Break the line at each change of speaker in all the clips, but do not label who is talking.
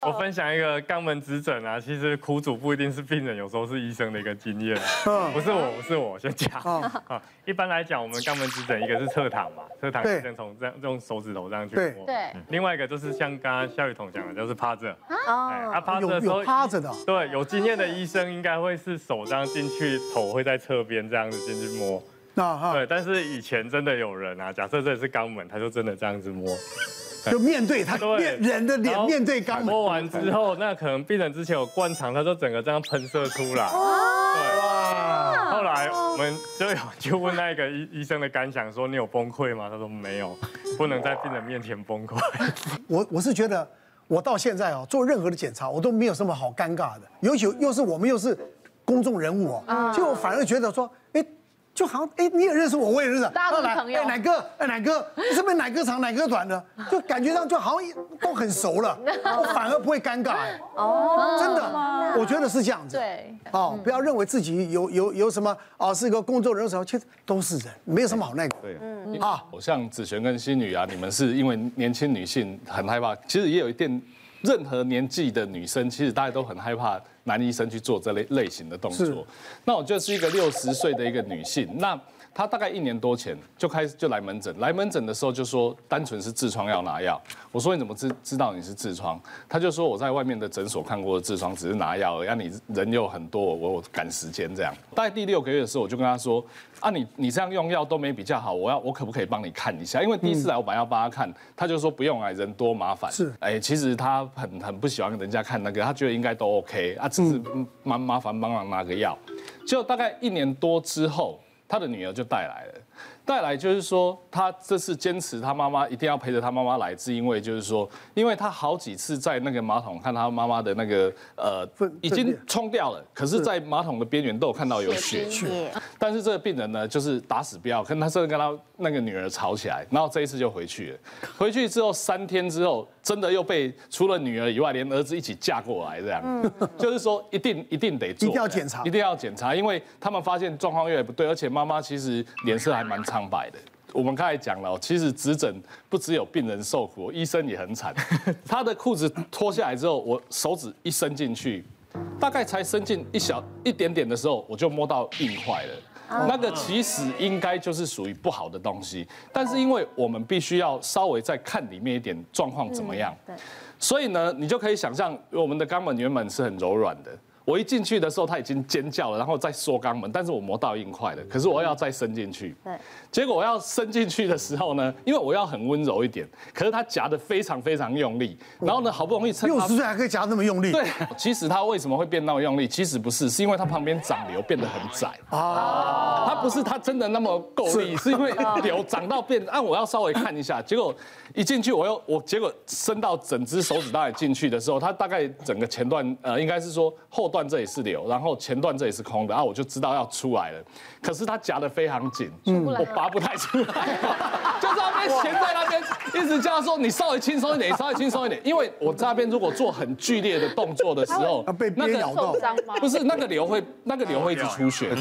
哦
我分享一个肛门指诊啊，其实苦主不一定是病人，有时候是医生的一个经验。啊
嗯
不是我，不是我先讲
嗯
啊。一般来讲，我们肛门指诊一个是侧躺嘛，侧躺
对
医生从这样用手指头这样去
对
摸。
对，
嗯
另外一个就是像刚刚肖雨桐讲的，就是趴着。哎，
哦，
啊趴着
有
的时候
有，趴着的啊，
对，有经验的医生应该会是手这样进去，头会在侧边这样子进去摸。
那 哈，
对，但是以前真的有人啊，假设这里是肛门，他就真的这样子摸。
啊就面对他
对
面人的
然
脸，
后
面对肛门，
摸完之后，那可能病人之前有灌肠，他就整个这样喷射出来。对，后来我们就有就问那个医医生的感想，说你有崩溃吗？他说没有，不能在病人面前崩溃。
我我是觉得，我到现在啊，做任何的检查，我都没有什么好尴尬的。尤其又是我们又是公众人物
啊
哦，就我反而觉得说，哎，就好像哎，你也认识我，我也认识，
大家都是
啊来
朋友
哎，哪个？哎，哪个？是不是哪个长哪个短的？就感觉上就好像都很熟 了，我反而不会尴尬哎。哦，真的，我觉得是这样子。
嗯对，
哦，不要认为自己有有有什么啊，是一个工作人员什么，其实都是人，没有什么好那个。
对，
啊，
像子璇跟心女啊，你们是因为年轻女性很害怕，其实也有一点，任何年纪的女生，其实大家都很害怕男医生去做这类类型的动
是
作。那我就是一个六十岁的一个女性，那她大概一年多前就开始就来门诊，来门诊的时候就说单纯是痔疮要拿药。我说你怎么知知道你是痔疮？她就说我在外面的诊所看过的痔疮，只是拿药而已，啊你人又很多，我我赶时间这样。大概第六个月的时候，我就跟她说啊你你这样用药都没比较好，我要我可不可以帮你看一下？因为第一次来我本来要帮她看，她就说不用啊，人多麻烦。
是
哎，其实他很很不喜欢人家看那个，他觉得应该都 OK 啊，只是麻麻烦帮忙拿个药。结果大概一年多之后，他的女儿就带来了，带来就是说，他这次坚持他妈妈一定要陪着他妈妈来，是因为就是说，因为他好几次在那个马桶看他妈妈的那个呃
粪
已
粪
经
便
冲掉了，可是，在马桶的边缘都有看到有血。
血，
但是这个病人呢，就是打死不要，跟他甚至跟他那个女儿吵起来，然后这一次就 回去了。回去之后三天之后，真的又被除了女儿以外，连儿子一起嫁过来，这样，就是说一定一定得做，
一定要检查
一定要检查，因为他们发现状况越来越不对，而且妈妈其实脸色还蛮苍白的。我们刚才讲了哦，其实指诊不只有病人受苦，哦医生也很惨。他的裤子脱下来之后，我手指一伸进去，大概才伸进一小一点点的时候，我就摸到硬块了。那个其实应该就是属于不好的东西，但是因为我们必须要稍微再看里面一点状况怎么样，所以呢，你就可以想象我们的肛门原本是很柔软的。我一进去的时候，它已经尖叫了，然后再缩肛门，但是我磨到硬块了，可是我要再伸进去。
对，
结果我要伸进去的时候呢，因为我要很温柔一点，可是它夹得非常非常用力，然后呢，好不容易撑
六
它
十岁还可以夹那么用力，
对，其实它为什么会变那么用力？其实不是，是因为它旁边长瘤变得很窄。哦，它不是它真的那么够力，是因为瘤长到变。啊，我要稍微看一下，结果一进去，我又我结果伸到整只手指大概进去的时候，它大概整个前段呃，应该是说后段这里是瘤，然后前段这里是空的，啊，我就知道要出来了。可是它夹得非常紧，我拔不太出来。就在那边闲在那边，一直叫他说你稍微轻松一点，你稍微轻松一点，因为我在那边如果做很剧烈的动作的时候
啊，被
那
鳖
个
咬到
受。伤吗？
不是那个瘤会，那个瘤会一直出血。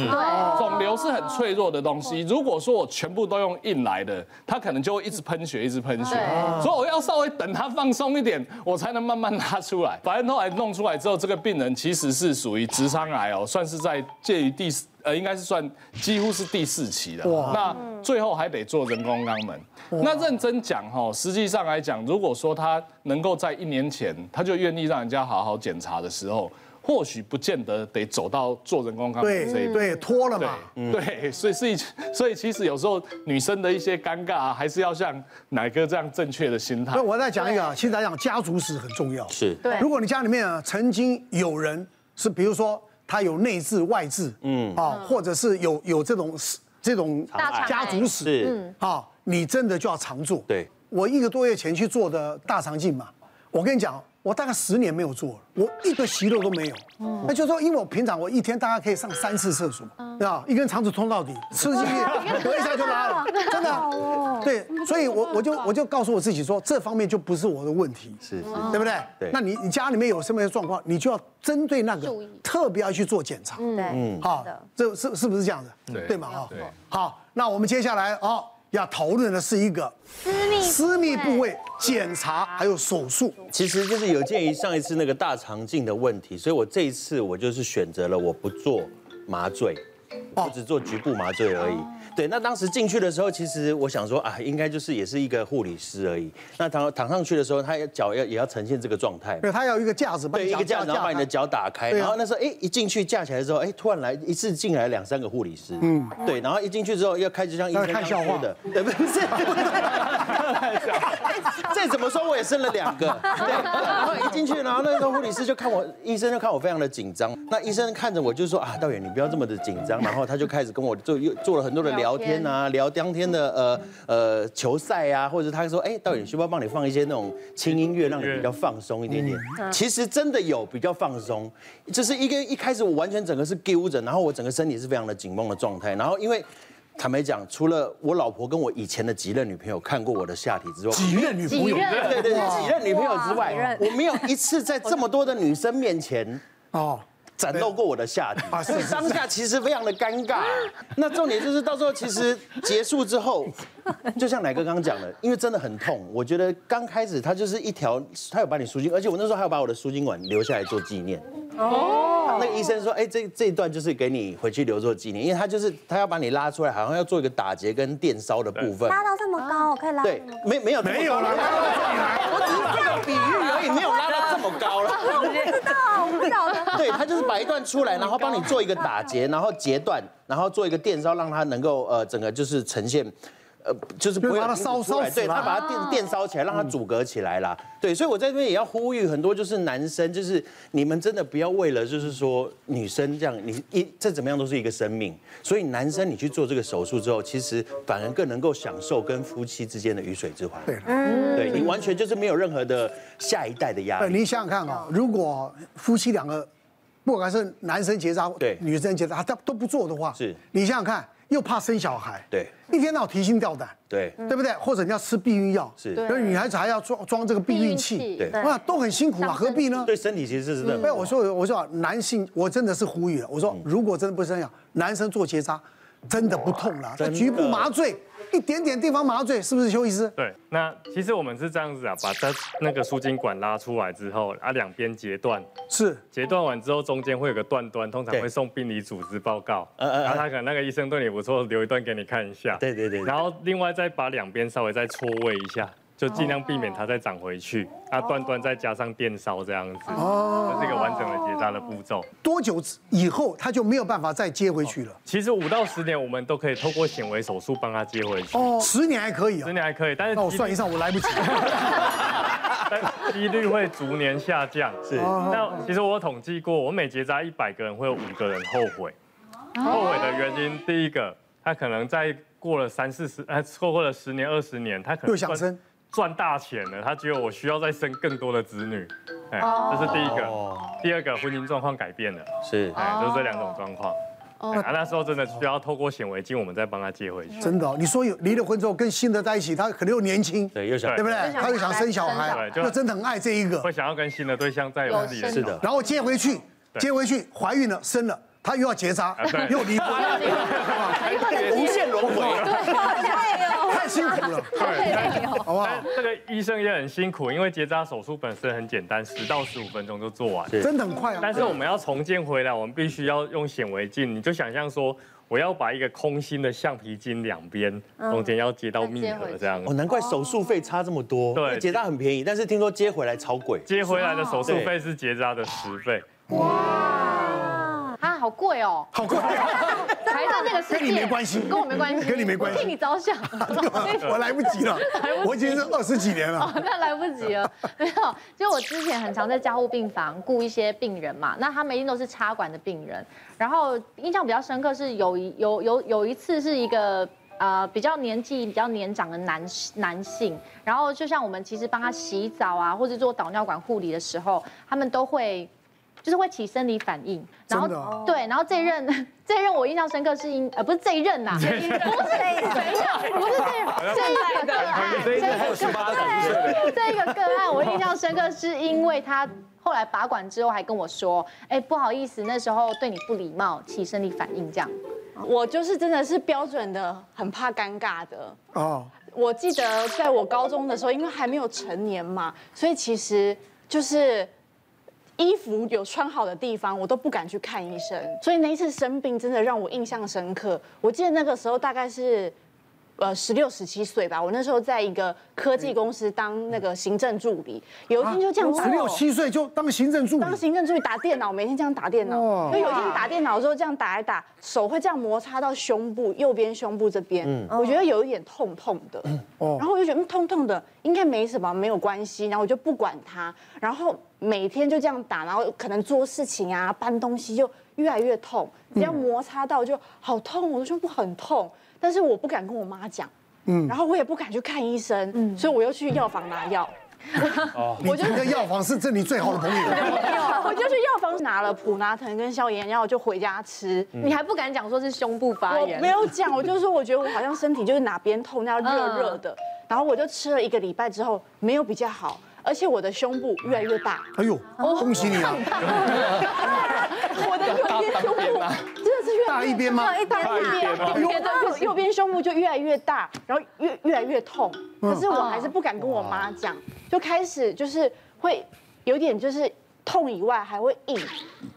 肿瘤是很脆弱的东西，如果说我全部都用硬来的，它可能就会一直喷血，一直喷血。
对
所以我要稍微等它放松一点，我才能慢慢拉出来。 反正后来弄出来之后，这个病人其实是属于直肠癌哦，算是在介于第四呃，应该是算几乎是第四期的。
哇
那最后还得做人工肛门。那认真讲哈，实际上来讲，如果说他能够在一年前他就愿意让人家好好检查的时候，或许不见得得走到做人工肛门这一
对
步。
对，脱了
对
嘛。
对，所以是一，所以其实有时候女生的一些尴尬、啊，还是要像奶哥这样正确的心态
那。我再讲一个啊，其实来讲家族史很重要。
是
对
如果你家里面啊曾经有人是，比如说他有内痔、外痔，嗯，啊，或者是有有这种这种
大肠癌
家族史，
是
啊，你真的就要常做。
对，
我一个多月前去做的大肠镜嘛，我跟你讲，我大概十年没有做了，我一个息肉都没有。
嗯
那就是说，因为我平常我一天大概可以上三次厕所，啊，一根肠子通到底，吃进
啊
去隔一下就拉了，真的啊。
哦
对，所以我我就我就告诉我自己说，这方面就不是我的问题，
是是
对不对？
对
那你你家里面有什么样的状况，你就要针对那个
注意
特别要去做检查。
对，
好
的，
嗯这是是不是这样子？
对
对嘛哈
对。
好，那我们接下来哦，要讨论的是一个
私密
私密部位检查还有手术。
其实就是有鉴于上一次那个大肠镜的问题，所以我这一次我就是选择了我不做麻醉，我只做局部麻醉而已。对，那当时进去的时候，其实我想说啊，应该就是也是一个护理师而已。那躺躺上去的时候，他也脚要也要呈现这个状态嘛。
对，他要有一个架子，把
对，
你
一
脚
个架子，然后把你的脚打开，
对啊
然后那时候哎、一进去架起来之后，哎、突然来一次进来两三个护理师，嗯，对，然后一进去之后要开始像医生
看
刚
笑
刚
话
说的，对，不是， 再怎么说我也生了两个，对，然后一进去，然后那时候护理师就看我，医生就看我非常的紧张，那医生看着我就说啊，导演你不要这么的紧张，然后他就开始跟我做又做了很多的聊天啊，聊当天的
嗯
呃呃球赛啊，或者他说哎、导演需不需要帮你放一些那种轻音乐，让你比较放松一点
嗯
点。
嗯
其实真的有比较放松，就是一个一开始我完全整个是揪着，然后我整个身体是非常的紧绷的状态，然后因为。坦白讲，除了我老婆跟我以前的几任女朋友看过我的下体之外，
几任女朋友，
对对对，几任女朋友之
哇几任
外，我没有一次在这么多的女生面前
哦，
展露过我的下体
啊，是
所以
是
当下其实非常的尴尬。那重点就是到时候其实结束之后，就像奶哥刚刚讲的，因为真的很痛，我觉得刚开始他就是一条，他有把你输精，而且我那时候还有把我的输精管留下来做纪念。哦，那个医生说，哎，这这一段就是给你回去留作纪念，因为他就是他要把你拉出来，好像要做一个打结跟电烧的部分。
拉到这么高，可以拉到
对
这么，
没没有没有了，我只是这个比喻而已，没有拉到这么高了。
高，我不知道，我不知道 的。
对，他就是把一段出来，然后帮你做一个打结，然后截断，然后做一个电烧，让它能够呃整个就是呈现。呃，就是不
就
会
是把它
凸
烧
出来
烧死
对
啦
他把它电电烧起来，让它阻隔起来啦。对，所以我在这边也要呼吁很多，就是男生，就是你们真的不要为了就是说女生这样，你一再怎么样都是一个生命，所以男生你去做这个手术之后，其实反而更能够享受跟夫妻之间的鱼水之欢。
对
对你完全就是没有任何的下一代的压
对，
力。
你想想看啊、如果夫妻两个，不管是男生结扎，
对
女生结扎，他都不做的话，
是
你想想看，又怕生小孩，
对
一天到晚提心吊胆，
对
对不对？或者你要吃避孕药，
是对
所以女孩子还要装装这个避孕器，
对
哇，都很辛苦啊，何必呢？
对身体其实是真的很
没有，我说我说男性，我真的是呼吁了，我说如果真的不生养，男生做结扎真的不痛了，那
真的
局部麻醉一点点地方麻醉，是不是邱医师？
对，那其实我们是这样子啊，把它那个输精管拉出来之后，啊两边截断，
是。
截断完之后中间会有个断端，通常
对
会送病理组织报告，
嗯嗯嗯
然后他可能那个医生对你不错，留一段给你看一下，
对对对对
然后另外再把两边稍微再错位一下。就
哦
尽量避免它再长回去，啊，断端再加上电烧这样子，哦，这是一个完整的结扎的步骤。
多久以后他就没有办法再接回去了？
其实五到十年我们都可以透过显微手术帮它接回去，
哦，十年还可以啊
十。年还可以，但是
那我
几率
算一算，我来不及。
但几率会逐年下降。是，
哦
但其实我有统计过，我每结扎一百个人，会有五个人后悔。
哦
后悔的原因，第一个，他可能在过了三四十，呃，错过了十年二十年，他可能
又想生
赚赚大钱了，他觉得我需要再生更多的子女，哎，这是第一个。
哦，
第二个，婚姻状况改变了，
是啊
哎，
哦
就是这两种状况。哎啊，那时候真的需要透过显微镜，我们再帮他接回去。
真的哦，你说有离了婚之后跟新的在一起，他可能又年轻，
对，又想
对
对不对？
想
他又想生小孩
对，就
那真的很爱这一个
会。想要跟新的对象再有自己的
是的，
然后接回去，
对
接回去，怀孕了，生了，他又要结扎
啊，对
又离 婚，
无限轮回。
好累哦，
啊太辛苦了，
好累哦。
好不好
但？这个医生也很辛苦，因为结扎手术本身很简单，十到十五分钟就做完。
是
真的很快啊
但。是我们要重建回来，我们必须要用显微镜。你就想象说，我要把一个空心的橡皮筋两边中间要接到密合这样
哦，。难怪手术费差这么多。
对
结扎很便宜，但是听说接回来超贵。
接回来的手术费是结扎的十倍，
啊，好贵 哦，
好快 啊，
还在那个世界，
跟你没关系
跟我没关系，
跟你没关系
我替你着想，
我来不及了，我已经是二十几年 了。
那来不及 了。没有，就我之前很常在加护病房顾一些病人嘛，那他们一定都是插管的病人。然后印象比较深刻是有一有有有一次是一个。呃，比较年纪比较年长的男男性，然后就像我们其实帮他洗澡啊，或者做导尿管护理的时候，他们都会就是会起生理反应，然后、
真的哦
对，然后这一任这一任我印象深刻是因呃不是这一任呐、不是这一任，不是这一任，这一个个案，
这一个还有十八岁，
这个个案我印象深刻，是因为他后来拔管之后还跟我说，哎，不好意思，那时候对你不礼貌，起生理反应这样。
我就是真的是标准的很怕尴尬的。
哦，
我记得在我高中的时候，因为还没有成年嘛，所以其实就是衣服有穿好的地方，我都不敢去看医生。所以那一次生病真的让我印象深刻。我记得那个时候大概是。呃，十六、十七岁吧，我那时候在一个科技公司当那个行政助理，有一天就这样打
啊十
哦我
六七岁就当行政助理
当，行政助理打电脑，每天这样打电脑。
哇
所以有一天打电脑的时候，这样打一打，手会这样摩擦到胸部右边胸部这边，我觉得有一点痛痛的。
哦
然后我就觉得嗯痛痛的，应该没什么，没有关系。然后我就不管它，然后每天就这样打，然后可能做事情啊、搬东西就越来越痛，只要摩擦到就好痛，我的胸部很痛，但是我不敢跟我妈讲。嗯，然后我也不敢去看医生，所以我又去药房拿药。
你你的药房是这里最好的朋 友。
我就去药房拿了普拿疼跟消炎药，就回家吃。
你还不敢讲说是胸部嗯发
我
炎，
没有讲，我就说我觉得我好像身体就是哪边痛，那样热热的。
嗯
然后我就吃了一个礼拜之后，没有比较好，而且我的胸部越来越大，
哎呦，
哦
恭喜 你啊！
我的右边胸部真的是越
大
来
一
越
边吗？
大，右边右右边胸部就越来越大，然后越越来越痛。
嗯
可是我还是不敢跟我妈讲，就开始就是会有点就是痛以外还会硬，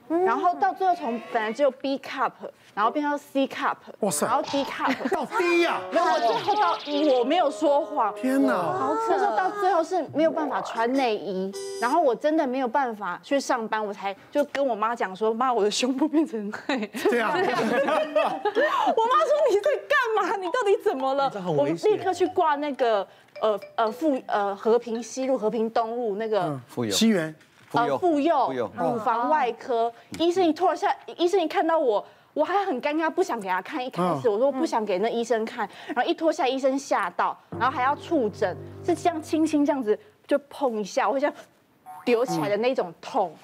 嗯
然后到最后从本来只有 B cup，然后变到 C cup，
哇塞
然后 D cup，
到低呀！
然后我最后到 E，我没有说谎，
天 哪！
好可到最后是没有办法穿内衣，然后我真的没有办法去上班，我才就跟我妈讲说，妈，我的胸部变成这
这样
我妈说你在干嘛？你到底怎么了
这？很
我
危险
立刻去挂那个呃呃妇呃和平西路、和平东路那个。
富有
西园，
呃妇
嗯妇
幼
幼哦嗯
乳房外科医生一突然下，医生一看到我。我还很尴尬，不想给他看。一开始
嗯
我说不想给那医生看，然后一脱下，医生吓到，然后还要触诊，是这样轻轻这样子就碰一下，我会这样流起来的那种痛。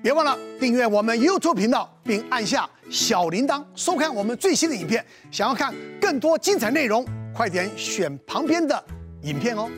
别忘了订阅我们 YouTube 频道，并按下小铃铛，收看我们最新的影片。想要看更多精彩内容，快点选旁边的影片哦。